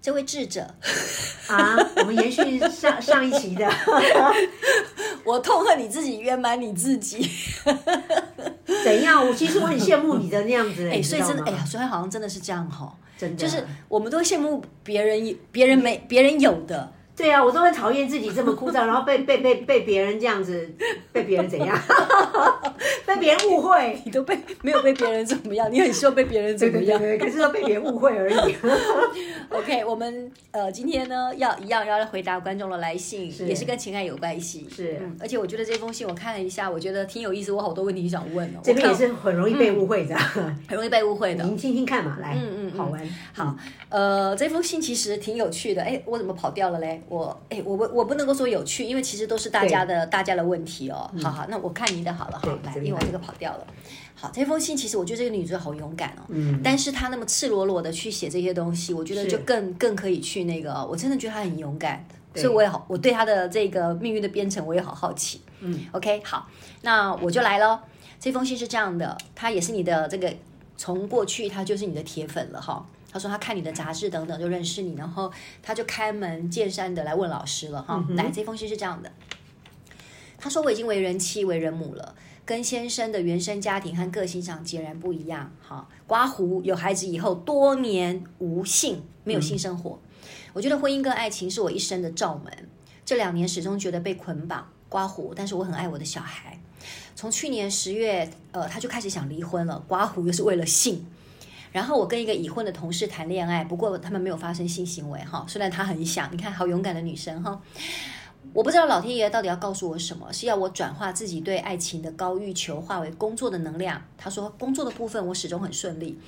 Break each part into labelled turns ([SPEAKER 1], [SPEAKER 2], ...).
[SPEAKER 1] 这位智 者，
[SPEAKER 2] 啊，我们延续上上一期 的，
[SPEAKER 1] 我痛恨你自己，冤枉你自己。
[SPEAKER 2] 怎样？我其实我很羡慕你的那样子，
[SPEAKER 1] 哎、
[SPEAKER 2] 你知
[SPEAKER 1] 所以
[SPEAKER 2] 道
[SPEAKER 1] 真的，
[SPEAKER 2] 吗
[SPEAKER 1] 哎呀，所以好像真的是这样哈、
[SPEAKER 2] 真的
[SPEAKER 1] 就是我们都羡慕别人有，别人没，别人有的。
[SPEAKER 2] 对啊，我都很讨厌自己这么枯燥，然后被 被被被别人这样子，被别人怎样， 被别人误会，
[SPEAKER 1] 你都被 没有被别人怎么样，你很希望被别人怎
[SPEAKER 2] 对
[SPEAKER 1] 么
[SPEAKER 2] 对
[SPEAKER 1] 样
[SPEAKER 2] 对对，可是都被别人误会而 已。
[SPEAKER 1] ？OK，我们呃今天呢要一样要回答观众的来信，
[SPEAKER 2] 是
[SPEAKER 1] 也是跟情感有关系。
[SPEAKER 2] 是
[SPEAKER 1] 嗯，而且我觉得这封信我看了一下，我觉得挺有意思，我好多问题想问哦。
[SPEAKER 2] 这边也
[SPEAKER 1] 我看
[SPEAKER 2] 是很容易被误会的，
[SPEAKER 1] 很容易被误会的。
[SPEAKER 2] 您听听看嘛，来，
[SPEAKER 1] 嗯嗯嗯
[SPEAKER 2] 好玩，
[SPEAKER 1] 好，呃，这封信其实挺有趣的。哎，我怎么跑掉了嘞？我哎，我我我不能够说有趣，因为其实都是大家的大家的问题哦。好好，那我看你的好了，
[SPEAKER 2] 嗯对
[SPEAKER 1] 好来，
[SPEAKER 2] 这边
[SPEAKER 1] 因为我
[SPEAKER 2] 来
[SPEAKER 1] 这个跑掉了。好，这封信其实我觉得这个女主好勇敢哦，
[SPEAKER 2] 嗯
[SPEAKER 1] 但是她那么赤裸裸的去写这些东西，我觉得
[SPEAKER 2] 是
[SPEAKER 1] 就更更可以去那个，我真的觉得她很勇敢，
[SPEAKER 2] 对
[SPEAKER 1] 所以我也好，我对她的这个命运的编程我也好好奇。
[SPEAKER 2] 嗯
[SPEAKER 1] ，OK，好，那我就来喽。这封信是这样的，他也是你的这个从过去他就是你的铁粉了哈。他说他看你的杂志等等就认识你，然后他就开门见山的来问老师了哈。来，这封信是这样的，他说我已经为人妻为人母了。跟先生的原生家庭和个性上截然不一样，哈，刮胡有孩子以后多年无性，没有性生活。我觉得婚姻跟爱情是我一生的罩门，这两年始终觉得被捆绑、刮胡，但是我很爱我的小孩。从去年十月，呃，他就开始想离婚了，刮胡又是为了性。然后我跟一个已婚的同事谈恋爱，不过他们没有发生性行为哈，虽然他很想，你看好勇敢的女生哈。我不知道老天爷到底要告诉我什么，是要我转化自己对爱情的高欲求，化为工作的能量。他说工作的部分我始终很顺利，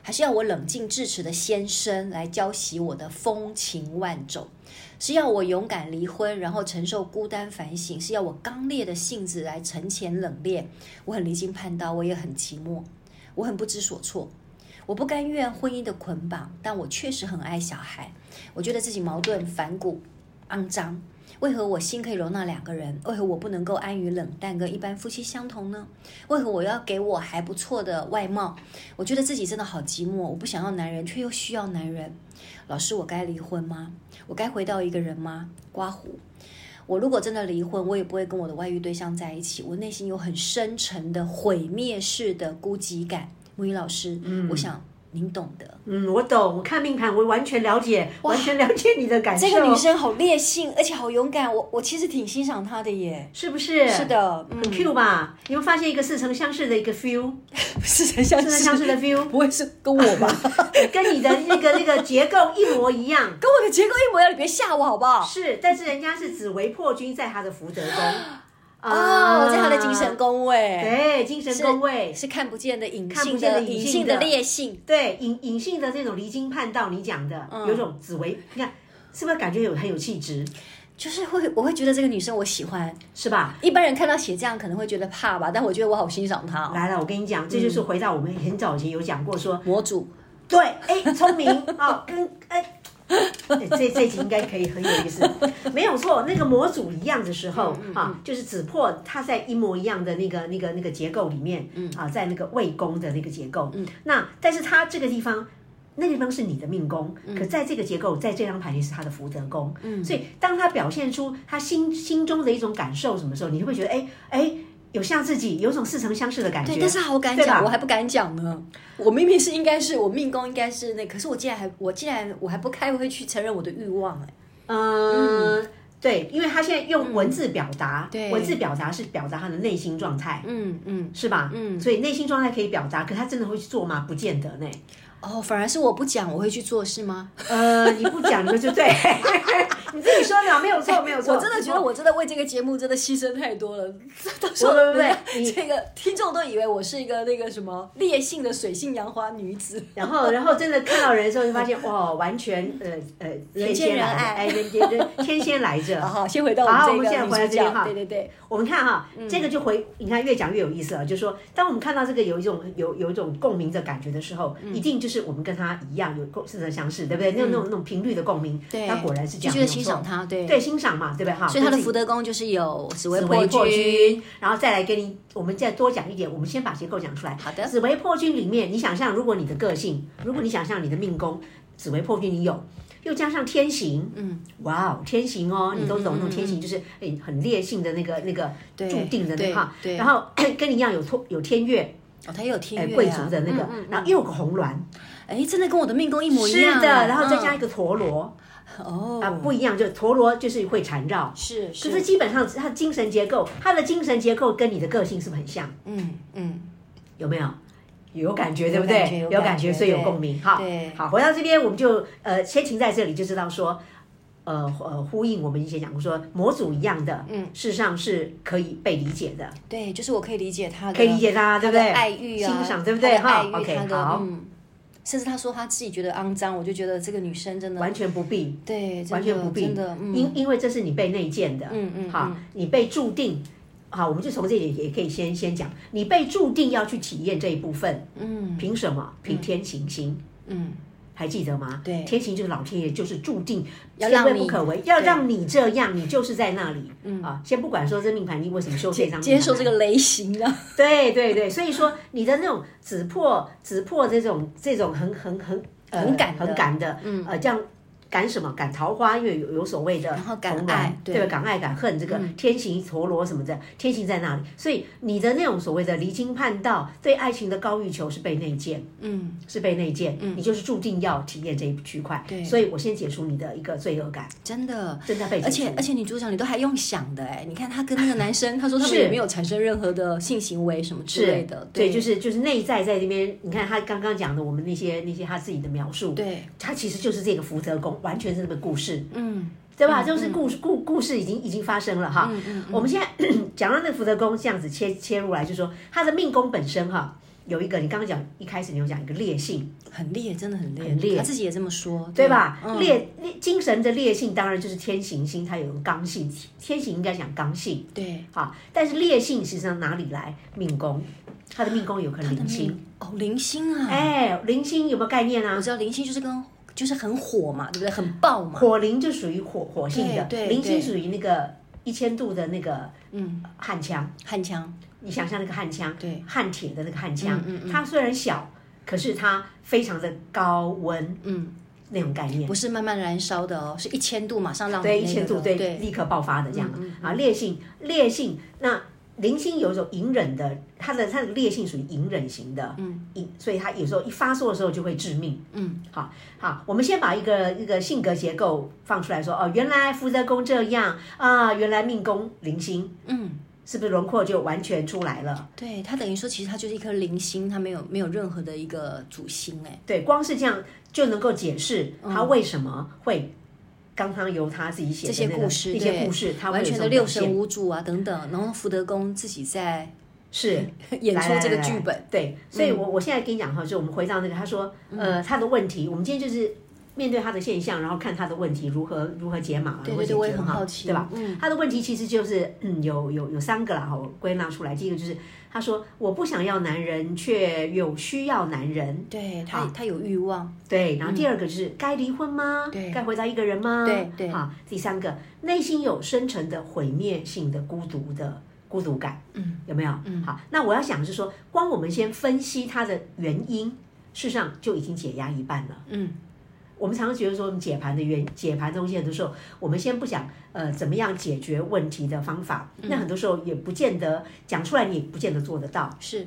[SPEAKER 1] 还是要我冷静至持的先生来教习我的风情万种。是要我勇敢离婚，然后承受孤单反省；是要我刚烈的性子来沉潜冷冽。我很离经叛道，我也很寂寞，我很不知所措。我不甘愿婚姻的捆绑，但我确实很爱小孩。我觉得自己矛盾、反骨、肮脏。为何我心可以容纳两个人？为何我不能够安于冷淡，跟一般夫妻相同呢？为何我要给我还不错的外貌？我觉得自己真的好寂寞，我不想要男人，却又需要男人。老师，我该离婚吗？我该回到一个人吗？刮胡。我如果真的离婚，我也不会跟我的外遇对象在一起。我内心有很深沉的毁灭式的孤寂感。木鱼老师，我想您懂得。
[SPEAKER 2] 嗯，我懂，我看命盘，我完全了解，完全了解你的感受，
[SPEAKER 1] 这个女生好烈性，而且好勇敢，我我其实挺欣赏她的耶。
[SPEAKER 2] 是不是？
[SPEAKER 1] 是。的，嗯，
[SPEAKER 2] 很 Q 吧？你会发现一个似曾相识的一个 feel，
[SPEAKER 1] 似曾相
[SPEAKER 2] 似曾相识的 feel，
[SPEAKER 1] 不会是跟我吧？
[SPEAKER 2] 跟你的那个那个结构一模一样。
[SPEAKER 1] 跟我的结构一模一样，你别吓我好不好？
[SPEAKER 2] 是，但是人家是紫薇破军在他的福德宫，
[SPEAKER 1] 哦，我在她的精神，宫位，
[SPEAKER 2] 啊对，精神宫位，
[SPEAKER 1] 是看不见的隐
[SPEAKER 2] 看
[SPEAKER 1] 性
[SPEAKER 2] 不见
[SPEAKER 1] 的
[SPEAKER 2] 的
[SPEAKER 1] 隐
[SPEAKER 2] 隐
[SPEAKER 1] 性
[SPEAKER 2] 性
[SPEAKER 1] 的
[SPEAKER 2] 的
[SPEAKER 1] 烈性，
[SPEAKER 2] 对隐隐性的这种离经叛道，你讲的、
[SPEAKER 1] 嗯
[SPEAKER 2] 有种紫薇，你看是不是感觉有很有气质，
[SPEAKER 1] 就是会我会觉得这个女生我喜欢。
[SPEAKER 2] 是吧？
[SPEAKER 1] 一般人看到写这样可能会觉得怕吧，但我觉得我好欣赏她、哦。
[SPEAKER 2] 来了，我跟你讲，这就是回到我们很早以前有讲过说，
[SPEAKER 1] 模组，
[SPEAKER 2] 对，哎，聪明哦，跟哎。哎这这集应该可以很有意思，没有错。那个模组一样的时候啊，就是紫破它在一模一样的那个那个那个结构里面，啊，在那个未宫的那个结构，那但是它这个地方。那地方是你的命宫，可在这个结构，在这张牌里是他的福德宫，所以当他表现出他心心中的一种感受，什么时候你会不会觉得，哎哎，有像自己，有种似曾相识的感觉？
[SPEAKER 1] 对，但是好敢
[SPEAKER 2] 对吧
[SPEAKER 1] 讲，我还不敢讲呢。我明明是应该是我命宫应该是那，可是我竟然还我竟然我还不开会去承认我的欲望哎、
[SPEAKER 2] 嗯，对，因为他现在用文字表达，
[SPEAKER 1] 嗯对
[SPEAKER 2] 文字表达是表达他的内心状态，
[SPEAKER 1] 嗯嗯，
[SPEAKER 2] 是吧？嗯，所以内心状态可以表达，可他真的会去做吗？不见得呢。
[SPEAKER 1] 哦，反而是我不讲，我会去做是吗？
[SPEAKER 2] 呃，你不讲的 就对，你自己说的没有错，没有错。哦
[SPEAKER 1] 我真的觉得我真的为这个节目真的牺牲太多了， 到时候
[SPEAKER 2] 不不不
[SPEAKER 1] 人家
[SPEAKER 2] 你
[SPEAKER 1] 这个听众都以为我是一个那个什么烈性的水性杨花女子。
[SPEAKER 2] 然后，然后真的看到人的时候，就发现哇，完全呃呃，天
[SPEAKER 1] 见
[SPEAKER 2] 仙
[SPEAKER 1] 人
[SPEAKER 2] 来着
[SPEAKER 1] 爱
[SPEAKER 2] 哎，人间人天仙来 着。
[SPEAKER 1] 好好，先回到
[SPEAKER 2] 好
[SPEAKER 1] 我
[SPEAKER 2] 我
[SPEAKER 1] 们
[SPEAKER 2] 们
[SPEAKER 1] 这
[SPEAKER 2] 现在
[SPEAKER 1] 个
[SPEAKER 2] 回来
[SPEAKER 1] 女主
[SPEAKER 2] 这边哈
[SPEAKER 1] 角，对对对，
[SPEAKER 2] 我们看哈，
[SPEAKER 1] 嗯
[SPEAKER 2] 这个就回，你看越讲越有意思了。就是说，当我们看到这个有一种有有一种共鸣的感觉的时候，
[SPEAKER 1] 嗯
[SPEAKER 2] 一定就是我们跟他一样有共似曾相识，对不对？那种那种那种频率的共鸣，
[SPEAKER 1] 对
[SPEAKER 2] 他果然是这
[SPEAKER 1] 就觉得
[SPEAKER 2] 样，没有
[SPEAKER 1] 欣
[SPEAKER 2] 错
[SPEAKER 1] 赏她，对
[SPEAKER 2] 对，欣赏嘛，对不对哈？
[SPEAKER 1] 所以她的
[SPEAKER 2] 就是
[SPEAKER 1] 福德宫就是有紫薇
[SPEAKER 2] 紫薇破
[SPEAKER 1] 军
[SPEAKER 2] 军，，然后再来给你，我们再多讲一点，我们先把结构讲出来。
[SPEAKER 1] 好的
[SPEAKER 2] 紫薇破军里面，你想象如果你的个性，如果你想象你的命宫，紫薇破军你有。又加上天行，嗯，哇哦，天行哦，你都懂那种天行，就是诶很烈性的那个那个注定的那
[SPEAKER 1] 对
[SPEAKER 2] 哈，
[SPEAKER 1] 对
[SPEAKER 2] 然后 跟你一样有托有天月，
[SPEAKER 1] 哦，她也有天
[SPEAKER 2] 哎，
[SPEAKER 1] 月
[SPEAKER 2] 贵
[SPEAKER 1] 啊
[SPEAKER 2] 族的那个
[SPEAKER 1] 嗯嗯，
[SPEAKER 2] 然后又有个红鸾，
[SPEAKER 1] 哎，真的跟我的命宫一模一
[SPEAKER 2] 是
[SPEAKER 1] 样啊。
[SPEAKER 2] 的，然后再
[SPEAKER 1] 嗯
[SPEAKER 2] 加一个陀螺
[SPEAKER 1] 哦
[SPEAKER 2] 啊，不一样，就陀螺就是会缠绕，
[SPEAKER 1] 是
[SPEAKER 2] 可是基本上它的精神结构，它的精神结构跟你的个性是不是很像？
[SPEAKER 1] 嗯嗯，
[SPEAKER 2] 有没有？有感觉，对
[SPEAKER 1] 有
[SPEAKER 2] 不
[SPEAKER 1] 感觉
[SPEAKER 2] 对
[SPEAKER 1] 有？
[SPEAKER 2] 有
[SPEAKER 1] 感
[SPEAKER 2] 感
[SPEAKER 1] 觉
[SPEAKER 2] 觉，所以有
[SPEAKER 1] 对
[SPEAKER 2] 共鸣。哈
[SPEAKER 1] 对，
[SPEAKER 2] 好，回到这边，我们就呃先停在这里，就知道说，呃呃，呼应我们以前讲过说，模组一样的，嗯，事实上是可以被理解的，
[SPEAKER 1] 啊对，就是我可以理解她的，
[SPEAKER 2] 可以理解他，对不对？
[SPEAKER 1] 爱欲啊，
[SPEAKER 2] 欣赏，对不对？
[SPEAKER 1] 她的
[SPEAKER 2] 哈
[SPEAKER 1] 爱欲，她
[SPEAKER 2] ，OK，
[SPEAKER 1] 的
[SPEAKER 2] 好，
[SPEAKER 1] 嗯，甚至她说她自己觉得肮脏，我就觉得这个女生真的
[SPEAKER 2] 完全不必，
[SPEAKER 1] 对，真
[SPEAKER 2] 完全
[SPEAKER 1] 的
[SPEAKER 2] 不必，
[SPEAKER 1] 真的，嗯
[SPEAKER 2] 因因为这是你被内建的，嗯
[SPEAKER 1] 嗯
[SPEAKER 2] 好，你被注定。好，我们就从这里也可以先先讲，你被注定要去体验这一部分，
[SPEAKER 1] 嗯
[SPEAKER 2] 凭什么？凭天行星。
[SPEAKER 1] 嗯，
[SPEAKER 2] 还记得吗？
[SPEAKER 1] 对
[SPEAKER 2] 天行就是老天爷，就是注定
[SPEAKER 1] 要
[SPEAKER 2] 天
[SPEAKER 1] 让
[SPEAKER 2] 位
[SPEAKER 1] 你
[SPEAKER 2] 不可为，要让你这样，你就是在那里。嗯啊，先不管说这命盘你为什么修这张，
[SPEAKER 1] 接受这个。雷型啊，
[SPEAKER 2] 对对对，所以说你的那种紫破紫破这种这种很很很呃
[SPEAKER 1] 很赶的
[SPEAKER 2] 很赶的，嗯呃这样。赶什么？赶桃花，因为有有所谓的红鸾，然
[SPEAKER 1] 后赶爱对嗯
[SPEAKER 2] 对吧？赶爱、赶恨，这个天行陀螺什么的，天行在那里？所以你的那种所谓的离经叛道，对爱情的高欲求是被内建。
[SPEAKER 1] 嗯，
[SPEAKER 2] 是被内建，你就是注定要体验这一区块。
[SPEAKER 1] 对
[SPEAKER 2] 所以我先解除你的一个罪恶感，
[SPEAKER 1] 真的。
[SPEAKER 2] 正在被解
[SPEAKER 1] 而
[SPEAKER 2] 除
[SPEAKER 1] 且而呃且，女主角你都还用想的哎，你看她跟那个男生，她说他们也没有产生任何的性行为什么之类的，
[SPEAKER 2] 对，
[SPEAKER 1] 对，
[SPEAKER 2] 就是就是内在在那边，你看他刚刚讲的我们那些那些他自己的描述，
[SPEAKER 1] 对，
[SPEAKER 2] 他其实就是这个福德宫，完全是那个故事，
[SPEAKER 1] 嗯，嗯
[SPEAKER 2] 对吧？就是故事故故事已经已经发生了哈。我们现在 讲到那个福德宫这样子切切入来，就说他的命宫本身哈有一个，你刚刚讲一开始你有讲一个烈性，
[SPEAKER 1] 很烈，真的很烈，
[SPEAKER 2] 很烈
[SPEAKER 1] 她自己也这么说，
[SPEAKER 2] 对吧？
[SPEAKER 1] 嗯
[SPEAKER 2] 烈烈精神的烈性当然就是天行星，它有个刚性，天行应该讲刚性。
[SPEAKER 1] 对，
[SPEAKER 2] 好，但是烈性实际上哪里来？命宫，他的命宫有颗
[SPEAKER 1] 她的
[SPEAKER 2] 灵星。
[SPEAKER 1] 命哦，零星啊，
[SPEAKER 2] 哎，灵星有没有概念
[SPEAKER 1] 我
[SPEAKER 2] 啊？
[SPEAKER 1] 知道零星就是跟就是很火嘛，对不对？很爆嘛，
[SPEAKER 2] 火灵就属于火火性的，
[SPEAKER 1] 哦对对
[SPEAKER 2] 灵
[SPEAKER 1] 对
[SPEAKER 2] 星属于那个一千度的那个嗯焊枪，
[SPEAKER 1] 焊枪，
[SPEAKER 2] 你想象那个焊枪，
[SPEAKER 1] 对，嗯
[SPEAKER 2] 焊铁的那个焊枪，它虽然小，可是它非常的高温，嗯，那种概念
[SPEAKER 1] 不。是慢慢燃烧的哦，是一千度马上让你那
[SPEAKER 2] 对，
[SPEAKER 1] 个
[SPEAKER 2] 一千度
[SPEAKER 1] 的
[SPEAKER 2] 对
[SPEAKER 1] 对，嗯
[SPEAKER 2] 立刻爆发的这样啊，烈性烈性那。灵性有一种隐忍的，它的它的烈性属于隐忍型的，嗯，隐，所以它有时候一发作的时候就会致命，嗯，好，好，我们先把一个一个性格结构放出来说，哦，原来福德宫这样啊，原来命宫灵星，
[SPEAKER 1] 嗯，
[SPEAKER 2] 是不是轮廓就完全出来了？
[SPEAKER 1] 对，它等于说其实它就是一颗零星，它没有没有任何的一个主星哎，
[SPEAKER 2] 对，光是这样就能够解释
[SPEAKER 1] 嗯
[SPEAKER 2] 他为什么会刚刚由他自己写
[SPEAKER 1] 这些
[SPEAKER 2] 的、那个、
[SPEAKER 1] 故事
[SPEAKER 2] 那些
[SPEAKER 1] 对
[SPEAKER 2] 故事，他
[SPEAKER 1] 完全的六
[SPEAKER 2] 六神
[SPEAKER 1] 神无主啊等等，然后福德宫自己在
[SPEAKER 2] 是
[SPEAKER 1] 演出这个
[SPEAKER 2] 来来来
[SPEAKER 1] 剧本，
[SPEAKER 2] 对，所
[SPEAKER 1] 嗯
[SPEAKER 2] 以我我现在跟你讲哈，就我们回到那个，他说，呃，他的问题，我们今天就是面对他的现象，然后看他的问题如何如何解码，
[SPEAKER 1] 对
[SPEAKER 2] 如何
[SPEAKER 1] 对
[SPEAKER 2] 解
[SPEAKER 1] 对，我也
[SPEAKER 2] 决
[SPEAKER 1] 很
[SPEAKER 2] 哈
[SPEAKER 1] 好，奇，
[SPEAKER 2] 对吧？？
[SPEAKER 1] 嗯，
[SPEAKER 2] 他的问题其实就是，嗯，有有有三个啦，哈我归纳出来，第一个就是他说我不想要男人，却有需要男人，
[SPEAKER 1] 对他他有欲望，
[SPEAKER 2] 对，然后第二个就是、该离婚吗？
[SPEAKER 1] 嗯对
[SPEAKER 2] 该回到一个人吗？
[SPEAKER 1] 对对
[SPEAKER 2] 好，第三个内心有深沉的毁灭性的孤独的孤独感，嗯，有没有？嗯，好，那我要想是说，光我们先分析它的原因，事实上就已经解压一半了。
[SPEAKER 1] 嗯，
[SPEAKER 2] 我们常常觉得说，我们解盘的原解盘东西，很多时候我们先不讲呃怎么样解决问题的方法，
[SPEAKER 1] 嗯
[SPEAKER 2] 那很多时候也不见得讲出来，你也不见得做得到。
[SPEAKER 1] 是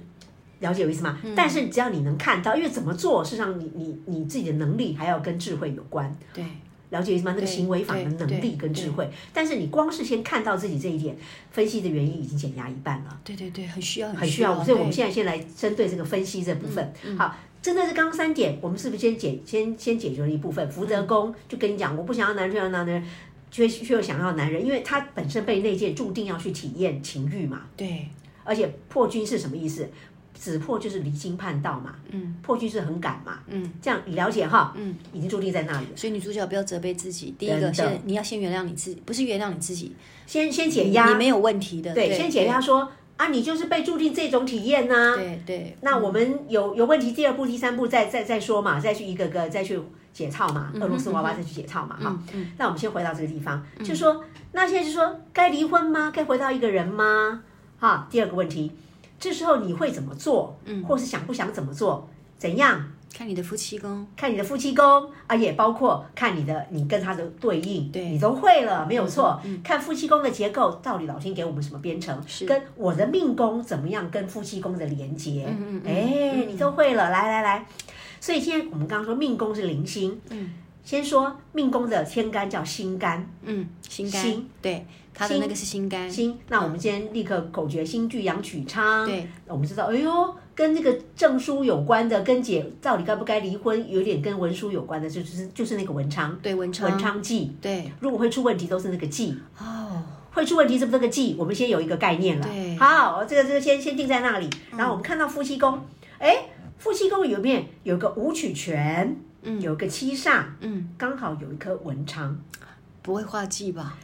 [SPEAKER 2] 了解我意思吗？
[SPEAKER 1] 嗯
[SPEAKER 2] 但是只要你能看到，因为怎么做，事实上你你你自己的能力还要跟智慧有关，
[SPEAKER 1] 对，
[SPEAKER 2] 了解我意思吗？那个行为法的
[SPEAKER 1] 对
[SPEAKER 2] 能
[SPEAKER 1] 对
[SPEAKER 2] 力跟智慧，但是你光是先看到自己这一点，分析的原因已经减压一半了。啊
[SPEAKER 1] 对对对，很需要嗯
[SPEAKER 2] 很需要，所以我们现在先来针对这个分析这部分。好，真的是刚刚三点，我们是不是先解先先解决了一部分？福德宫就跟你讲，我不想要男人，想要男人，却却又想要男人，因为他本身被内界注定要去体验情欲嘛。
[SPEAKER 1] 对，
[SPEAKER 2] 而且破军是什么意思？子破就是离经叛道嘛，嗯，破军是很赶嘛，嗯，这样你了解哈，嗯，已经注定在那里了。
[SPEAKER 1] 所以女主角不要责备自己。第一个，
[SPEAKER 2] 真的
[SPEAKER 1] 先你要先原谅你自己，不是原谅你自己，
[SPEAKER 2] 先先解压，
[SPEAKER 1] 你没有问题的。对，
[SPEAKER 2] 先解压说啊，你就是被注定这种体验呐、
[SPEAKER 1] 对。对对，
[SPEAKER 2] 那我们有有问题，第二步、第三步再再再说嘛，再去一个个再去解套嘛，俄罗斯娃娃再去解套嘛，哈。那我们先回到这个地方，就说那现在就说该离婚吗？该回到一个人吗？哈，第二个问题，这时候你会怎么做？嗯，或是想不想怎么做？怎样？
[SPEAKER 1] 看你的夫妻宫。
[SPEAKER 2] 看你的夫妻宫啊，也包括看你的你跟他的对应，对嗯你都会了，没有错。看夫妻宫的结构，到底老天给我们什么编程？跟我的命宫怎么样跟夫妻宫的连接？嗯嗯哎，你都会了，来来来。所以现在我们刚刚说命宫是零星，嗯，先说命宫的天干叫心干，
[SPEAKER 1] 嗯，心肝，对，他的那个是心肝，
[SPEAKER 2] 心。那我们今天立刻口诀：心聚阳曲昌。对，我们知道，哎呦，跟这个证书有关的，跟解到底该不该离婚，有点跟文书有关的，就就是就是那个文昌。
[SPEAKER 1] 对，文昌，
[SPEAKER 2] 文昌忌。
[SPEAKER 1] 对，
[SPEAKER 2] 如果会出问题，都是那个忌。
[SPEAKER 1] 哦，
[SPEAKER 2] 会出问题是不是那个忌？我们先有一个概念了。
[SPEAKER 1] 对嗯
[SPEAKER 2] 好，这个这个先先定在那里。然后我们看到夫妻宫，哎，夫妻宫有面有个武曲权，嗯，有个七煞，
[SPEAKER 1] 嗯，
[SPEAKER 2] 刚好有一颗文昌，
[SPEAKER 1] 不会画忌吧？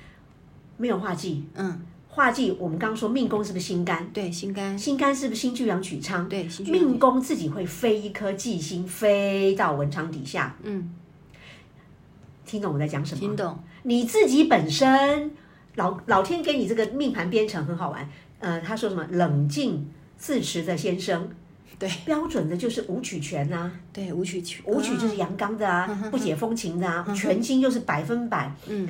[SPEAKER 2] 没有化忌。
[SPEAKER 1] 嗯，
[SPEAKER 2] 化忌，我们刚刚说命宫是不是心肝？
[SPEAKER 1] 对，心肝，
[SPEAKER 2] 心肝是不是心聚阳曲昌？
[SPEAKER 1] 对心聚阳曲
[SPEAKER 2] 命宫自己会飞一颗忌星飞到文昌底下，
[SPEAKER 1] 嗯，
[SPEAKER 2] 听懂我在讲什么？
[SPEAKER 1] 听懂，
[SPEAKER 2] 你自己本身，老老天给你这个命盘编程很好玩。呃，他说什么冷静自持的先生，
[SPEAKER 1] 对
[SPEAKER 2] 标准的就是武曲权呐、
[SPEAKER 1] 对，舞曲曲，
[SPEAKER 2] 武曲就是阳刚的啊，不解风情的啊，全心就是百分百，
[SPEAKER 1] 嗯，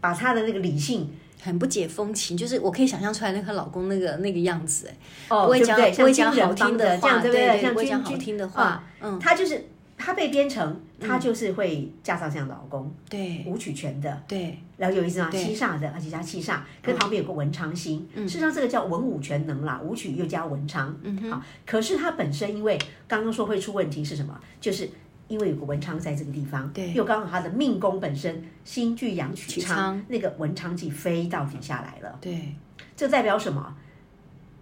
[SPEAKER 2] 把他的那个理性
[SPEAKER 1] 很不解风情，就是我可以想象出来那个老公那个那个样子，哎，
[SPEAKER 2] 哦，
[SPEAKER 1] 不会
[SPEAKER 2] 对
[SPEAKER 1] 讲
[SPEAKER 2] 对
[SPEAKER 1] 不会讲
[SPEAKER 2] 像军
[SPEAKER 1] 好
[SPEAKER 2] 人帮
[SPEAKER 1] 听
[SPEAKER 2] 的
[SPEAKER 1] 的
[SPEAKER 2] 这样
[SPEAKER 1] 话，对
[SPEAKER 2] 对不对？
[SPEAKER 1] 对，
[SPEAKER 2] 像
[SPEAKER 1] 不会
[SPEAKER 2] 军
[SPEAKER 1] 讲好
[SPEAKER 2] 军
[SPEAKER 1] 听的
[SPEAKER 2] 啊
[SPEAKER 1] 话，嗯，
[SPEAKER 2] 他就是他被编程，他就是会嫁上这样的老公，
[SPEAKER 1] 对
[SPEAKER 2] 武曲权的，
[SPEAKER 1] 对，嗯
[SPEAKER 2] 了解我意思吗？七煞的，而且加七煞，跟旁边有个文昌星，事实上这个叫文武全能啦，武曲又加文昌，嗯好，可是他本身因为刚刚说会出问题是什么？就是。因为有个文昌在这个地方，
[SPEAKER 1] 对
[SPEAKER 2] 又刚好他的命宫本身心聚阳曲
[SPEAKER 1] 曲昌
[SPEAKER 2] 昌，那个文昌忌飞到底下来了，
[SPEAKER 1] 对，
[SPEAKER 2] 这代表什么？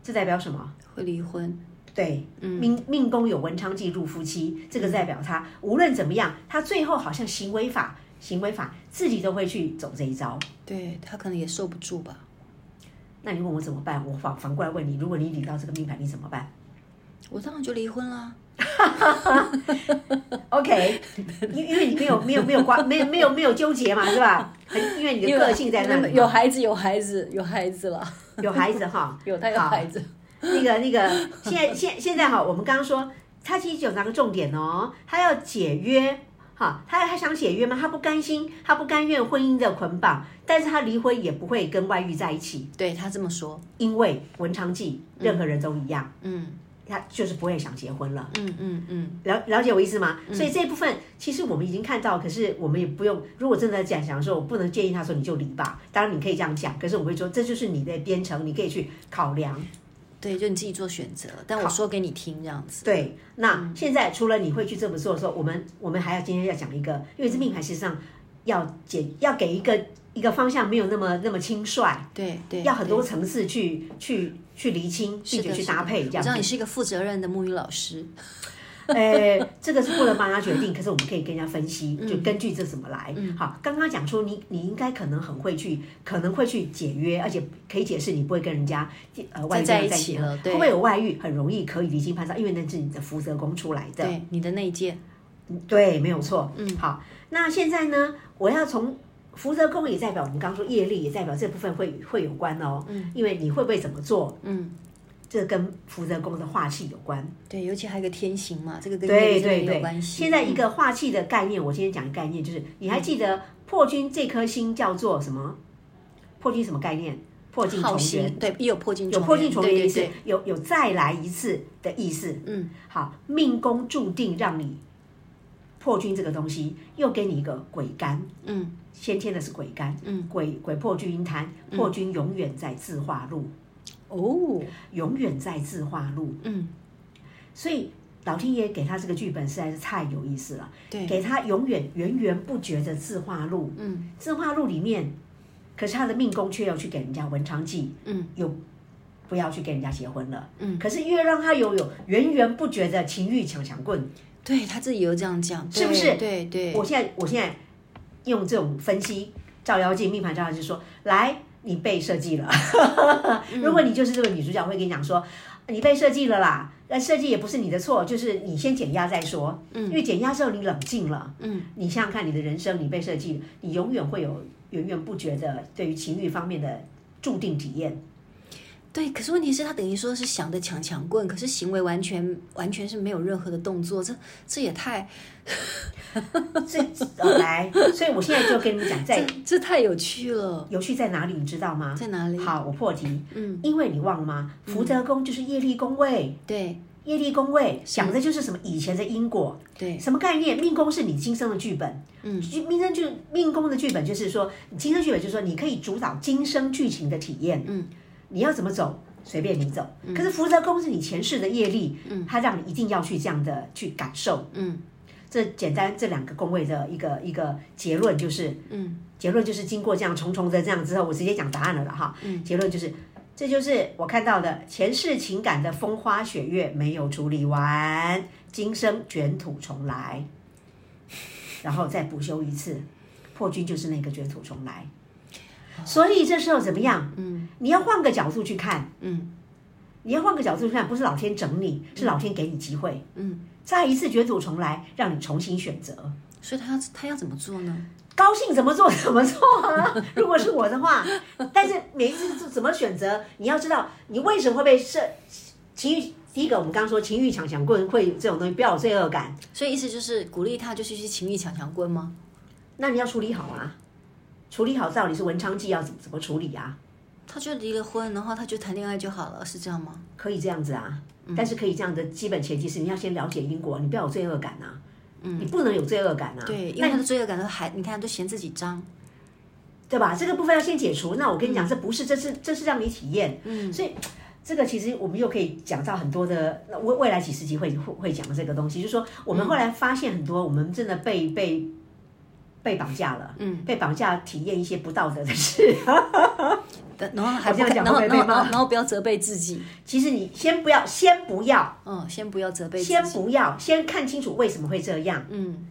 [SPEAKER 2] 这代表什么？
[SPEAKER 1] 会离婚，
[SPEAKER 2] 对，
[SPEAKER 1] 嗯
[SPEAKER 2] 命命宫有文昌忌入夫妻，这个代表他无论怎么样，他最后好像行为法、行为法自己都会去走这一招。
[SPEAKER 1] 对他可能也受不住吧，
[SPEAKER 2] 那你问我怎么办？我反反过来问你，如果你理到这个命盘，你怎么办
[SPEAKER 1] 我当然就离婚啦，
[SPEAKER 2] ？OK，因 因为你没有没有没有关没有没有没有纠结嘛，是吧？很因为你的个性在那里嘛，
[SPEAKER 1] 啊
[SPEAKER 2] 啊
[SPEAKER 1] 有孩子有孩子有孩子了，
[SPEAKER 2] 有孩子哈，
[SPEAKER 1] 有他有
[SPEAKER 2] 好
[SPEAKER 1] 孩子，
[SPEAKER 2] 那个那个，现在现现在哈，我们刚刚说，他其实有拿个重点哦，他要解约，哈，他他想解约吗？他不甘心，他不甘愿婚姻的捆绑，但是他离婚也不会跟外遇在一起，
[SPEAKER 1] 对他这么说，
[SPEAKER 2] 因为文昌记任何人都一样，
[SPEAKER 1] 嗯
[SPEAKER 2] 他就是不会想结婚了。
[SPEAKER 1] 嗯嗯嗯，
[SPEAKER 2] 了了解我意思吗？所以这一部分其实我们已经看到，可是我们也不用。如果真的讲想说，我不能建议他说你就离吧。当然你可以这样讲，可是我会说这就是你的编程，你可以去考量。
[SPEAKER 1] 对，就你自己做选择，但我说给你听这样子，
[SPEAKER 2] 对，
[SPEAKER 1] 嗯
[SPEAKER 2] 那现在除了你会去这么做的时候，我们我们还要今天要讲一个，因为这命盘实际上要解要给一个一个方向，没有那么那么轻率，
[SPEAKER 1] 对对，
[SPEAKER 2] 要很多
[SPEAKER 1] 对
[SPEAKER 2] 层次去去去厘清，并且去搭配
[SPEAKER 1] 我
[SPEAKER 2] 这
[SPEAKER 1] 知
[SPEAKER 2] 样
[SPEAKER 1] 道你
[SPEAKER 2] 子。
[SPEAKER 1] 是一个负责任的沐浴老师，
[SPEAKER 2] 哎，这个是不能帮他决定，可是我们可以跟人家分析，
[SPEAKER 1] 嗯
[SPEAKER 2] 就根据这怎么来。好，刚刚讲出你你应该可能很会去，可能会去解约，而且可以解释你不会跟人家呃外遇
[SPEAKER 1] 在一
[SPEAKER 2] 在
[SPEAKER 1] 起了对
[SPEAKER 2] 会不会有外遇？很容易可以离经叛道，因为那是你的福德宫出来的。
[SPEAKER 1] 对你的内建，
[SPEAKER 2] 对，没有错。嗯，好，那现在呢，我要从福德宫也代表我们刚说业力，也代表这部分会会有关哦。嗯，因为你会不会怎么做，
[SPEAKER 1] 嗯，
[SPEAKER 2] 这跟福德宫的化气有关。
[SPEAKER 1] 对，尤其还有一个天行嘛，这个跟业
[SPEAKER 2] 对
[SPEAKER 1] 力真的
[SPEAKER 2] 对
[SPEAKER 1] 也有
[SPEAKER 2] 对
[SPEAKER 1] 关，系。嗯
[SPEAKER 2] 现在一个化气的概念，我今天讲的概念就是，你还记得破军这颗星叫做什么？破军什么概念？破镜
[SPEAKER 1] 好
[SPEAKER 2] 重圆
[SPEAKER 1] 心。对，也有破镜
[SPEAKER 2] 有
[SPEAKER 1] 圆
[SPEAKER 2] 破镜重圆的
[SPEAKER 1] 对
[SPEAKER 2] 意思
[SPEAKER 1] 对对，
[SPEAKER 2] 有有再来一次的意思。
[SPEAKER 1] 嗯，
[SPEAKER 2] 好，命宫注定让你破军这个东西，又给你一个鬼干。
[SPEAKER 1] 嗯，
[SPEAKER 2] 先天的是鬼干，
[SPEAKER 1] 嗯，
[SPEAKER 2] 鬼鬼破军阴摊，破军永远在自化路，
[SPEAKER 1] 哦，
[SPEAKER 2] 永远在自化路，
[SPEAKER 1] 嗯，
[SPEAKER 2] 所以老天爷给他这个剧本实在是太有意思了，
[SPEAKER 1] 对
[SPEAKER 2] 给他永远源源不绝的自化录。嗯，自化录里面，可是他的命宫却要去给人家文昌记，嗯，又不要去跟人家结婚了，嗯，可是越让他有有源源不绝的情欲抢抢棍，
[SPEAKER 1] 对他自己有这样讲，
[SPEAKER 2] 是不
[SPEAKER 1] 对
[SPEAKER 2] 是
[SPEAKER 1] 对对，
[SPEAKER 2] 我现在我现在用这种分析照妖镜命盘照妖镜说，来，你被设计 了。如果你就是这个女主角，会跟你讲说，啊你被设计了啦。那设计也不是你的错，就是你先减压再说。嗯，因为减压之后你冷静了。嗯，你想想看，你的人生你被设计了，你永远会有源源不绝的对于情欲方面的注定体 验。
[SPEAKER 1] 对，可是问题是，他等于说是想着抢抢棍，可是行为完全完全是没有任何的动作，这这也太
[SPEAKER 2] 这、哦来，所以我现在就跟你们讲，在啊
[SPEAKER 1] 这这太有趣了，
[SPEAKER 2] 有趣在哪里，你知道吗？
[SPEAKER 1] 在哪里？嗯
[SPEAKER 2] 好，我破题。嗯，因为你忘了吗？福德宫就是业力宫位，
[SPEAKER 1] 对
[SPEAKER 2] 业力宫位想的就是什么以前的因果，
[SPEAKER 1] 对
[SPEAKER 2] 什么概念？命宫是你今生的剧本，嗯，命生剧命宫的剧本就是说，你今生剧本就是说你可以主导今生剧情的体验，嗯，你要怎么走随便你走。可是福德宫是你前世的业力，嗯，它让你一定要去这样的去感受，
[SPEAKER 1] 嗯，
[SPEAKER 2] 这简单这两个宫位的一个一个结论就是，嗯，结论就是经过这样重重的这样之后，我直接讲答案了了哈，嗯，结论就是。这就是我看到的前世情感的风花雪月没有处理完，今生卷土重来，然后再补修一次，破军就是那个卷土重来。所以这时候怎么样？嗯，你要换个角度去看，嗯，你要换个角度去看，不是老天整你，是老天给你机会，嗯，再一次卷土重来，让你重新选择。
[SPEAKER 1] 所以他要他要怎么做呢？
[SPEAKER 2] 高兴怎么做怎么做啊！ 如果是我的话，但是每一次做怎么选择，你要知道你为什么会被设情欲。第一个，我们刚刚说情欲抢抢棍会有这种东西，不要有罪恶感，
[SPEAKER 1] 所以意思就是鼓励他就是去情欲抢抢棍吗？
[SPEAKER 2] 那你要处理好啊。处理好到底是文昌记要怎么怎么处理啊？
[SPEAKER 1] 他就离了婚，然后他就谈恋爱就好了，是这样吗？
[SPEAKER 2] 可以这样子啊，但是可以这样的基本前提是你要先了解因果，你不要有罪恶感啊，你不能有罪恶感啊。
[SPEAKER 1] 对，因
[SPEAKER 2] 那
[SPEAKER 1] 为他的罪恶感都还，你看都嫌自己脏，
[SPEAKER 2] 对吧？这个部分要先解除。那我跟你讲，这不是，这是这是让你体验。嗯，所以这个其实我们又可以讲到很多的那未未来几十集会会会讲这个东西，就是说我们后来发现很多，我们真的被被。被绑架了，嗯，被绑架体验一些不道德的事。
[SPEAKER 1] 但然后还不
[SPEAKER 2] 我这
[SPEAKER 1] 敢，
[SPEAKER 2] 样讲
[SPEAKER 1] 然后
[SPEAKER 2] 会
[SPEAKER 1] 然
[SPEAKER 2] 不会
[SPEAKER 1] 后
[SPEAKER 2] 被骂
[SPEAKER 1] 然后然后不要责备自己，
[SPEAKER 2] 其实你先不要，先不要，
[SPEAKER 1] 嗯，先不要责备自己，
[SPEAKER 2] 先不要，先看清楚为什么会这样。
[SPEAKER 1] 嗯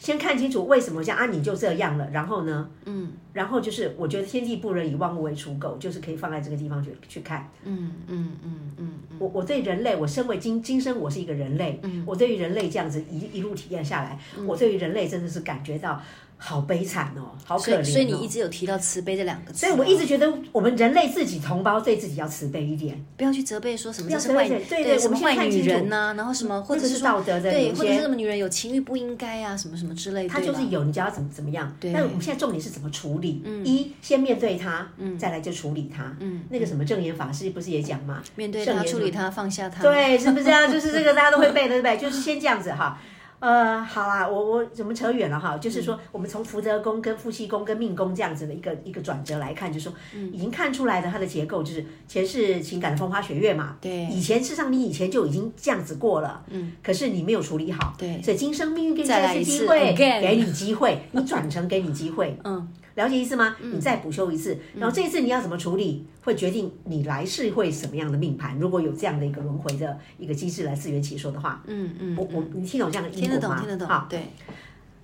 [SPEAKER 2] 先看清楚为什么这样啊，你就这样了，然后呢，嗯，然后就是我觉得天地不仁，以万物为刍狗，就是可以放在这个地方去去看。
[SPEAKER 1] 嗯嗯嗯嗯嗯，
[SPEAKER 2] 我我对人类，我身为今今生我是一个人类，我对于人类这样子一一路体验下来，
[SPEAKER 1] 嗯
[SPEAKER 2] 我对于人类真的是感觉到好悲惨哦，好可
[SPEAKER 1] 所
[SPEAKER 2] 怜、哦
[SPEAKER 1] 以所以你一直有提到慈悲这两个字，啊
[SPEAKER 2] 所以我一直觉得我们人类自己同胞对自己要慈悲一点，
[SPEAKER 1] 不要去责备说什么这是
[SPEAKER 2] 责备
[SPEAKER 1] 坏
[SPEAKER 2] 对
[SPEAKER 1] 对
[SPEAKER 2] 对对
[SPEAKER 1] 什么
[SPEAKER 2] 我们现在
[SPEAKER 1] 坏
[SPEAKER 2] 看
[SPEAKER 1] 女
[SPEAKER 2] 清楚
[SPEAKER 1] 人呐、然后什么或者
[SPEAKER 2] 这
[SPEAKER 1] 是
[SPEAKER 2] 是
[SPEAKER 1] 说
[SPEAKER 2] 道德的
[SPEAKER 1] 对，
[SPEAKER 2] 有
[SPEAKER 1] 或者
[SPEAKER 2] 些
[SPEAKER 1] 是什么女人有情欲不应该啊，什么什么之类的，
[SPEAKER 2] 它就是
[SPEAKER 1] 对吧
[SPEAKER 2] 有，你就要怎么怎么样。
[SPEAKER 1] 对嗯
[SPEAKER 2] 但我们现在重点是怎么处理？一先面对它，再来就处理它。嗯，那个什么正言法师不是也讲吗？
[SPEAKER 1] 面对
[SPEAKER 2] 圣
[SPEAKER 1] 她
[SPEAKER 2] 言
[SPEAKER 1] 处
[SPEAKER 2] 什么
[SPEAKER 1] 理她放下她，
[SPEAKER 2] 对，是不是啊？就是这个大家都会背的，对不对？就是先这样子哈。呃，好啦，我我我们扯远了哈，就是
[SPEAKER 1] 嗯
[SPEAKER 2] 说我们从福德宫跟夫妻宫跟命宫这样子的一个一个转折来看，就是说
[SPEAKER 1] 嗯
[SPEAKER 2] 已经看出来的它的结构就是前世情感的风花雪月嘛，
[SPEAKER 1] 对
[SPEAKER 2] 以前事实上你以前就已经这样子过了，嗯，可是你没有处理好，
[SPEAKER 1] 对
[SPEAKER 2] 所以今生命运给你
[SPEAKER 1] 再来
[SPEAKER 2] 次
[SPEAKER 1] 一次
[SPEAKER 2] 机会，
[SPEAKER 1] again
[SPEAKER 2] 给你机会，你转成给你机会，
[SPEAKER 1] 嗯，
[SPEAKER 2] 了解意思吗？你再补修一次，然后这一次你要怎么处理，会决定你来世会什么样的命盘。如果有这样的一个轮回的一个机制来自圆其说的话，
[SPEAKER 1] 嗯嗯，
[SPEAKER 2] 我我你听懂这样的因
[SPEAKER 1] 听得
[SPEAKER 2] 果
[SPEAKER 1] 懂
[SPEAKER 2] 吗？
[SPEAKER 1] 听得懂
[SPEAKER 2] 好，，
[SPEAKER 1] 对，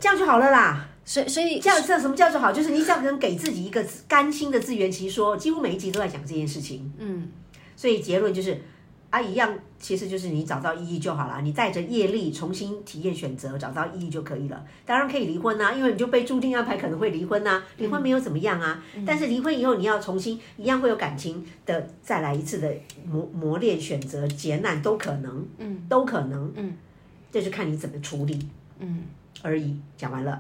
[SPEAKER 2] 这样就好了啦。
[SPEAKER 1] 所以所以
[SPEAKER 2] 这样这样什么叫做好？就是你只要能给自己一个甘心的自圆其说，几乎每一集都在讲这件事情。
[SPEAKER 1] 嗯，
[SPEAKER 2] 所以结论就是。啊，一样，其实就是你找到意义就好了。你带着业力重新体验选择，找到意义就可以了。当然可以离婚啊呐、因为你就被注定安排可能会离婚呐、离婚没有怎么样啊，但是离婚以后你要重新一样会有感情的，再来一次的磨磨练、选择、劫难都可能，嗯，都可能，嗯，这就看你怎么处理，嗯，而已。讲完了，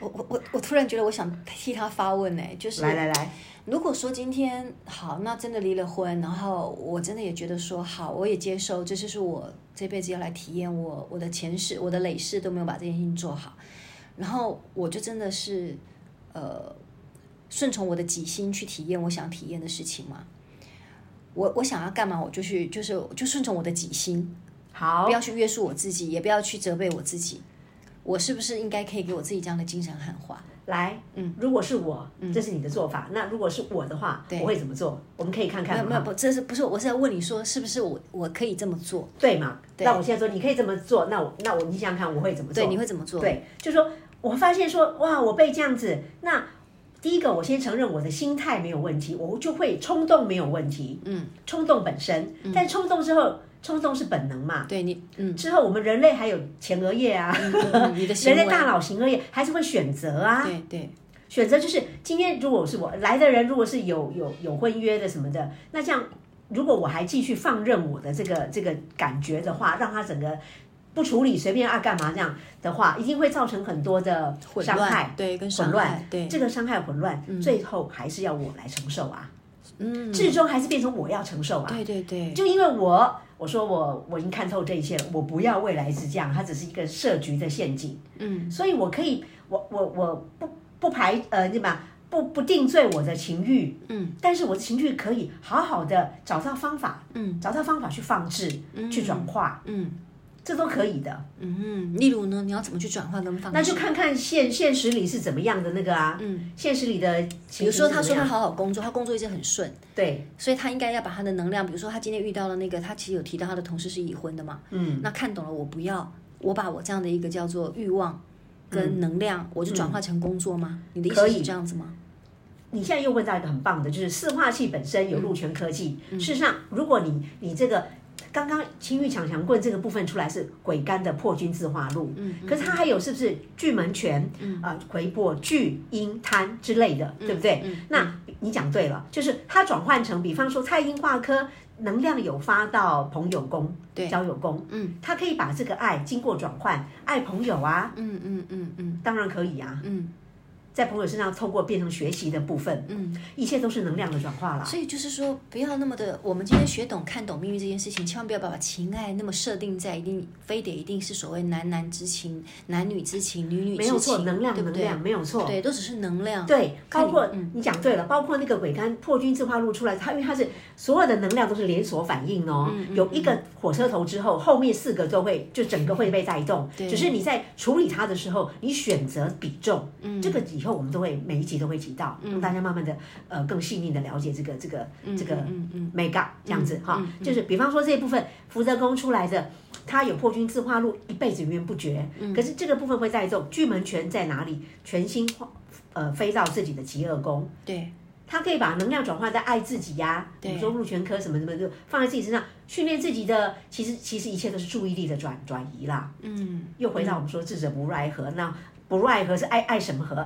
[SPEAKER 1] 我我我我突然觉得我想替她发问哎、就是
[SPEAKER 2] 来来来，
[SPEAKER 1] 如果说今天好，那真的离了婚，然后我真的也觉得说好，我也接受，这就是我这辈子要来体验我我的前世、我的累世都没有把这件事情做好，然后我就真的是呃顺从我的己心去体验我想体验的事情嘛。我我想要干嘛，我就去，就是就顺从我的己心，
[SPEAKER 2] 好
[SPEAKER 1] 不，要去约束我自己，也不要去责备我自己。我是不是应该可以给我自己这样的精神喊话？
[SPEAKER 2] 来，嗯，如果是我，这是你的做法，那如果是我的话，我会怎么做？我们可以看看
[SPEAKER 1] 没有没有
[SPEAKER 2] 吗
[SPEAKER 1] 不，这是不是我是在问你说是不是我我可以这么做？
[SPEAKER 2] 对嘛？那我现在说你可以这么做，那我那我你想想看我会怎么做？
[SPEAKER 1] 对，你会怎么做？
[SPEAKER 2] 对，就说我发现说哇，我被这样子，那第一个我先承认我的心态没有问题，我就会冲动没有问题，嗯，冲动本身，但冲动之后，冲动是本能嘛，
[SPEAKER 1] 对 你，嗯，
[SPEAKER 2] 之后我们人类还有前额叶啊，
[SPEAKER 1] 嗯你的行
[SPEAKER 2] 人类
[SPEAKER 1] 为，
[SPEAKER 2] 大脑型额叶还是会选择啊，
[SPEAKER 1] 对对，
[SPEAKER 2] 选择就是今天如果是我来的人，如果是有有有婚约的什么的，那这样如果我还继续放任我的这个这个感觉的话，让他整个不处理，随便爱干嘛这样的话，一定会造成很多的
[SPEAKER 1] 啊混
[SPEAKER 2] 伤害
[SPEAKER 1] 乱，。对，跟
[SPEAKER 2] 混
[SPEAKER 1] 伤
[SPEAKER 2] 乱
[SPEAKER 1] 害，，对，
[SPEAKER 2] 这个伤害混乱，最后还是要我来承受啊。嗯，最终还是变成我要承受啊。
[SPEAKER 1] 对对对，
[SPEAKER 2] 就因为我我说我我已经看透这一切了，我不要未来是这样，它只是一个设局的陷阱。嗯，所以我可以，我我我不不排呃，对吧？不不定罪我的情欲，嗯，但是我的情欲可以好好的找到方法，嗯，找到方法去放置，去转化，
[SPEAKER 1] 嗯，
[SPEAKER 2] 这都可以的。
[SPEAKER 1] 嗯，例如呢，你要怎么去转化跟放？
[SPEAKER 2] 那就看看现现实里是怎么样的那个啊，嗯，现实里的情形
[SPEAKER 1] 比如说，
[SPEAKER 2] 是
[SPEAKER 1] 他
[SPEAKER 2] 怎
[SPEAKER 1] 说
[SPEAKER 2] 么
[SPEAKER 1] 他
[SPEAKER 2] 样
[SPEAKER 1] 好好工作，他工作一直很顺，
[SPEAKER 2] 对，
[SPEAKER 1] 所以他应该要把他的能量，比如说他今天遇到了那个，他其实有提到他的同事是已婚的嘛，嗯，那看懂了，我不要，我把我这样的一个叫做欲望跟能量，我就转化成工作吗？你的意
[SPEAKER 2] 可
[SPEAKER 1] 思
[SPEAKER 2] 以
[SPEAKER 1] 是这样子吗？
[SPEAKER 2] 你现在又问到一个很棒的，就是四化器本身有鹿泉科技。事实上，如果你你这个刚刚青玉抢强棍这个部分出来是鬼干的破军自化路，可是它还有是不是巨门拳啊、魁破巨阴贪之类的，对不对？那你讲对了，就是它转换成，比方说蔡英化科。能量有发到朋友宫，对，交友宫，嗯，他可以把这个爱经过转换，爱朋友啊，
[SPEAKER 1] 嗯嗯嗯嗯
[SPEAKER 2] 当然可以啊，
[SPEAKER 1] 嗯，
[SPEAKER 2] 在朋友身上透过变成学习的部分，嗯，一切都是能量的转化啦。
[SPEAKER 1] 所以就是说，不要那么的，我们今天学懂看懂命运这件事情，千万不要把情爱那么设定在一定非得一定是所谓男男之情、男女之情、女女之情，
[SPEAKER 2] 没有错，能量
[SPEAKER 1] 对不
[SPEAKER 2] 能
[SPEAKER 1] 对？
[SPEAKER 2] 量没有错，
[SPEAKER 1] 对，都只是能量。
[SPEAKER 2] 对，
[SPEAKER 1] 看
[SPEAKER 2] 包
[SPEAKER 1] 你嗯
[SPEAKER 2] 括你讲对了，包括那个鬼干破军自化路出来，它因为它是所有的能量都是连锁反应哦，
[SPEAKER 1] 嗯
[SPEAKER 2] 有一个火车头之后，后面四个都会就整个会被带动，只是你在处理它的时候，你选择比重，
[SPEAKER 1] 嗯
[SPEAKER 2] 这个以后我们都会每一集都会提到，让大家慢慢的呃更细腻的了解这个这个
[SPEAKER 1] 嗯
[SPEAKER 2] 这个 make up 这样子哈，就是比方说这一部分福德宫出来的。它有破军自化路，一辈子源源不绝。
[SPEAKER 1] 嗯
[SPEAKER 2] 可是这个部分会带动巨门拳在哪里？全心呃飞到自己的极恶宫，
[SPEAKER 1] 对，
[SPEAKER 2] 他可以把能量转化在爱自己呀、比如说入全科什么什么的，放在自己身上训练自己的，其实其实一切都是注意力的转转移啦。嗯，又回到我们说智者不入爱河，那不入爱河是爱爱什么河？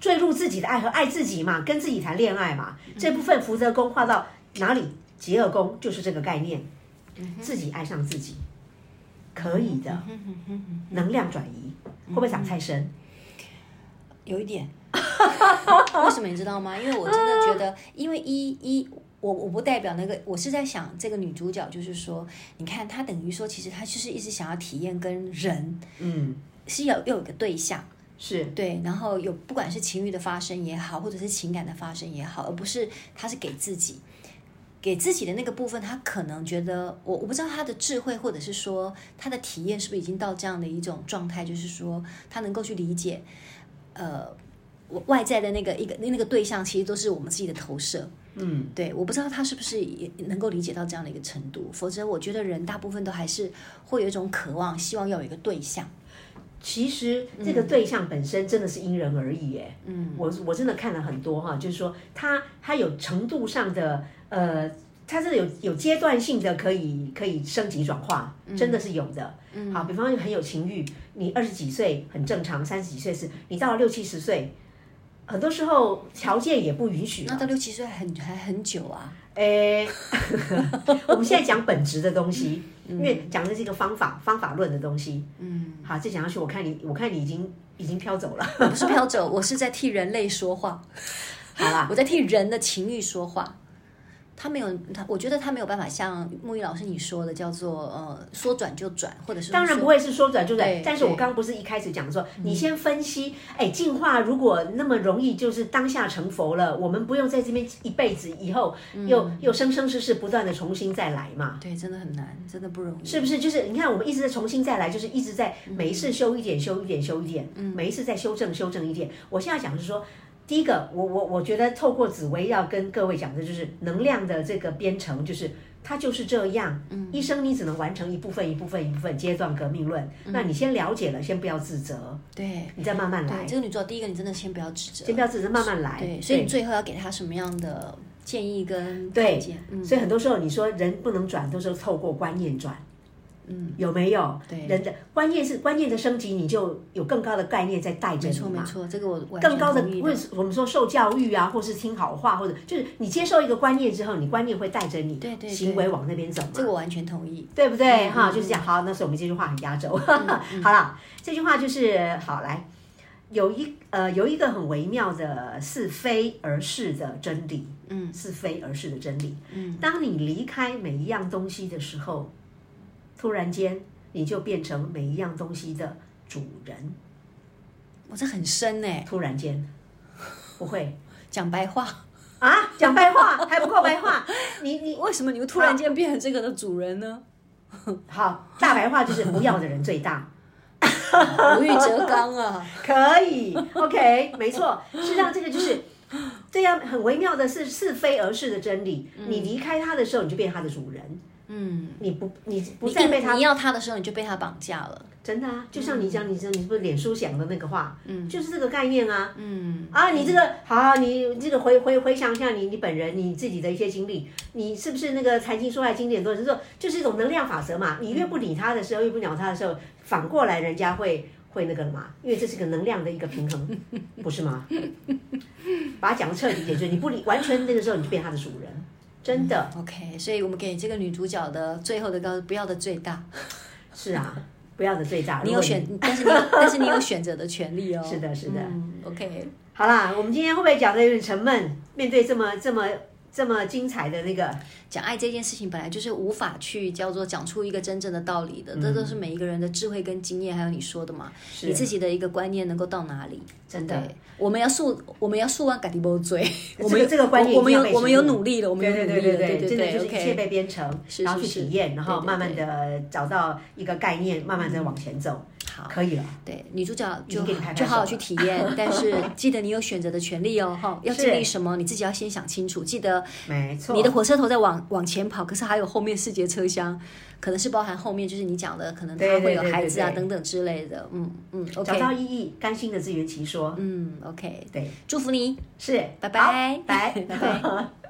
[SPEAKER 2] 坠入自己的爱河，爱自己嘛，跟自己谈恋爱嘛，这部分福泽宫画到哪里？极恶宫就是这个概念，自己爱上自己，可以的，能量转移会不会讲太深？
[SPEAKER 1] 有一点。 为什么你知道吗？因为我真的觉得，因为一一。我我不代表那个，我是在想这个女主角，就是说，你看她等于说，其实她就是一直想要体验跟人
[SPEAKER 2] 嗯，
[SPEAKER 1] 是要又有一个对象，
[SPEAKER 2] 是
[SPEAKER 1] 对，然后有不管是情欲的发生也好，或者是情感的发生也好，而不是她是给自己，给自己的那个部分，她可能觉得我我不知道她的智慧，或者是说她的体验是不是已经到这样的一种状态，就是说她能够去理解，呃，我外在的那个一个那个对象，其实都是我们自己的投射。嗯，对，我不知道他是不是也能够理解到这样的一个程度，否则我觉得人大部分都还是会有一种渴望，希望要有一个对象。
[SPEAKER 2] 其实这个对象本身真的是因人而异，哎，嗯，我我真的看了很多哈，就是说他他有程度上的呃，他真的有有阶段性的可以可以升级转化，真的是有的。嗯，好，比方说很有情欲，你二十几岁很正常，三十几岁是，你到了六七十岁，很多时候条件也不允许
[SPEAKER 1] 那
[SPEAKER 2] 了。
[SPEAKER 1] 到六七岁很还很久 啊，
[SPEAKER 2] 哎，我们现在讲本质的东西，因为讲的是一个方法方法论的东西。嗯，好，再讲下去，我看你我看你已经已经飘走了。
[SPEAKER 1] 我不是飘走，我是在替人类说话，
[SPEAKER 2] 好啦，
[SPEAKER 1] 我在替人的情欲说话。他没有，他我觉得他没有办法像沐浴老师你说的，叫做呃说转就转， 或者是
[SPEAKER 2] 当然
[SPEAKER 1] 说
[SPEAKER 2] 不会是说转就转
[SPEAKER 1] 对，
[SPEAKER 2] 但是我
[SPEAKER 1] 对嗯
[SPEAKER 2] 刚刚不是一开始讲说，你先分析，哎，进化如果那么容易，就是当下成佛了，我们不用在这边一辈子，以后又
[SPEAKER 1] 嗯
[SPEAKER 2] 又生生世世不断的重新再来嘛。
[SPEAKER 1] 对，真的很难，真的不容易，
[SPEAKER 2] 是不是？就是你看，我们一直在重新再来，就是一直在
[SPEAKER 1] 嗯
[SPEAKER 2] 每一次修一点，修一点，修一点，每一次再修正，修正一点。我现在讲是说，第一个，我我我觉得透过紫薇要跟各位讲的就是能量的这个编程，就是它就是这样。
[SPEAKER 1] 嗯
[SPEAKER 2] 一生你只能完成一部分，一部分，一部分，阶段革命论。
[SPEAKER 1] 嗯
[SPEAKER 2] 那你先了解了，先不要自责，
[SPEAKER 1] 对
[SPEAKER 2] 你再慢慢来
[SPEAKER 1] 对，，这个女主角第一个你真的先不要指责，
[SPEAKER 2] 先不要自责，慢慢来。
[SPEAKER 1] 对，所以你最后要给她什么样的建议跟
[SPEAKER 2] 对
[SPEAKER 1] 看见？嗯，
[SPEAKER 2] 所以很多时候你说人不能转，都是透过观念转。嗯，有没有？
[SPEAKER 1] 对
[SPEAKER 2] 人的观念是观念的升级，你就有更高的概念在带
[SPEAKER 1] 没
[SPEAKER 2] 着你
[SPEAKER 1] 错没
[SPEAKER 2] 嘛。
[SPEAKER 1] 错，这个我我
[SPEAKER 2] 更高的，
[SPEAKER 1] 同意
[SPEAKER 2] 为我们说受教育啊，或是听好话，或者就是你接受一个观念之后，你观念会带着你
[SPEAKER 1] 对对
[SPEAKER 2] 行为往那边走嘛。
[SPEAKER 1] 这个我完全同意。
[SPEAKER 2] 对不对？
[SPEAKER 1] 嗯
[SPEAKER 2] 哈，
[SPEAKER 1] 嗯
[SPEAKER 2] 就是这样。好，那所以我们这句话很压轴。 好了，这句话就是好来，有一呃有一个很微妙的是非而是的真理，嗯，是非而是的真理。嗯，当你离开每一样东西的时候，突然间你就变成每一样东西的主人。
[SPEAKER 1] 我这很深哎、
[SPEAKER 2] 突然间，不会
[SPEAKER 1] 讲白话，
[SPEAKER 2] 啊，讲白话还不够白话，你你
[SPEAKER 1] 为什么你会突然间变成这个的主人呢？
[SPEAKER 2] 好大白话就是不要的人最大。
[SPEAKER 1] 无欲则刚啊，
[SPEAKER 2] 可以，OK，没错，事实上这个就是。对呀、很微妙的是是非而是的真理。你离开他的时候，你就变他的主人。嗯，你不，你不
[SPEAKER 1] 你
[SPEAKER 2] 再被他
[SPEAKER 1] 你要他的时候，你就被他绑架了。
[SPEAKER 2] 真的啊，就像你讲，你讲你不是脸书讲的那个话，嗯，就是这个概念啊，嗯，啊，你这个好啊，你这个回回回想一下你你本人你自己的一些经历，你是不是那个财经说来经典很多人说就是一种能量法则嘛？你越不理他的时候，越不鸟他的时候，反过来人家会会那个嘛，因为这是个能量的一个 平衡，不是吗？把它讲得彻底一点，就是你不理完全那个时候，你就变他的主人，真的
[SPEAKER 1] OK，所以我们给这个女主角的最后的告诉，不要的最大。
[SPEAKER 2] 是啊，不要的最大，
[SPEAKER 1] 你
[SPEAKER 2] 如
[SPEAKER 1] 有
[SPEAKER 2] 果
[SPEAKER 1] 选， 但是你有，但是你有选择的权利哦。
[SPEAKER 2] 是的，是的。啊
[SPEAKER 1] 嗯，OK，
[SPEAKER 2] 好啦，我们今天会不会讲的有点沉闷？面对这么这么这么精彩的那个，
[SPEAKER 1] 讲爱这件事情本来就是无法去叫做讲出一个真正的道理
[SPEAKER 2] 嗯
[SPEAKER 1] 的，这都是每一个人的智慧跟经验，还有你说的嘛，你自己的一个观念能够到哪里？
[SPEAKER 2] 真的
[SPEAKER 1] 对，我们要塑，我们要塑完嘎迪波嘴，
[SPEAKER 2] 这个这个观念
[SPEAKER 1] 我我们
[SPEAKER 2] 一定要被
[SPEAKER 1] 有
[SPEAKER 2] 植入
[SPEAKER 1] 我们有努力了，我们有努力了，对
[SPEAKER 2] 真的就是一切
[SPEAKER 1] OK，
[SPEAKER 2] 被编程，
[SPEAKER 1] 是
[SPEAKER 2] 然后去
[SPEAKER 1] 是是
[SPEAKER 2] 体验，然后
[SPEAKER 1] 对对嗯
[SPEAKER 2] 慢慢的找到一个概念，慢慢再往前走，
[SPEAKER 1] 好。
[SPEAKER 2] 可以了。
[SPEAKER 1] 对，女主角
[SPEAKER 2] 已
[SPEAKER 1] 就
[SPEAKER 2] 经给你拍拍
[SPEAKER 1] 就好好去
[SPEAKER 2] 手了
[SPEAKER 1] 体验，但是记得你有选择的权利哦，哈，要经历什么你自己要先想清楚，记得
[SPEAKER 2] 没错，
[SPEAKER 1] 你的火车头在往往前跑，可是还有后面四节车厢，可能是包含后面就是你讲的，可能他
[SPEAKER 2] 对对
[SPEAKER 1] 会有
[SPEAKER 2] 对
[SPEAKER 1] 孩
[SPEAKER 2] 对
[SPEAKER 1] 子啊
[SPEAKER 2] 对
[SPEAKER 1] 等等之类的。嗯嗯
[SPEAKER 2] 找
[SPEAKER 1] ，OK，
[SPEAKER 2] 到意义，甘心的自圆其说，
[SPEAKER 1] 嗯 OK，
[SPEAKER 2] 对，
[SPEAKER 1] 祝福你，
[SPEAKER 2] 是，
[SPEAKER 1] 拜拜
[SPEAKER 2] 好拜拜。